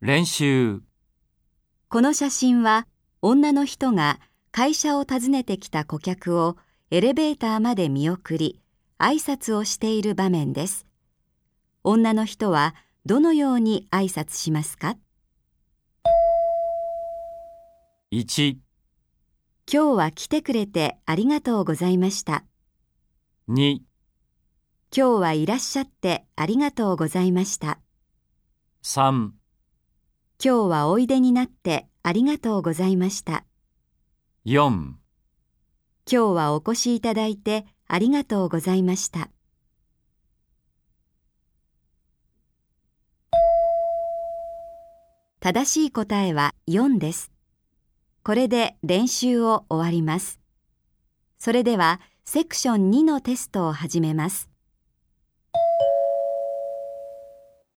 練習、この写真は女の人が会社を訪ねてきた顧客をエレベーターまで見送り挨拶をしている場面です女の人はどのように挨拶しますか1、今日は来てくれてありがとうございました2、今日はいらっしゃってありがとうございました3、今日はおいでになってありがとうございました4、今日はお越しいただいてありがとうございました正しい答えは4ですこれで練習を終わりますそれではセクション2のテストを始めます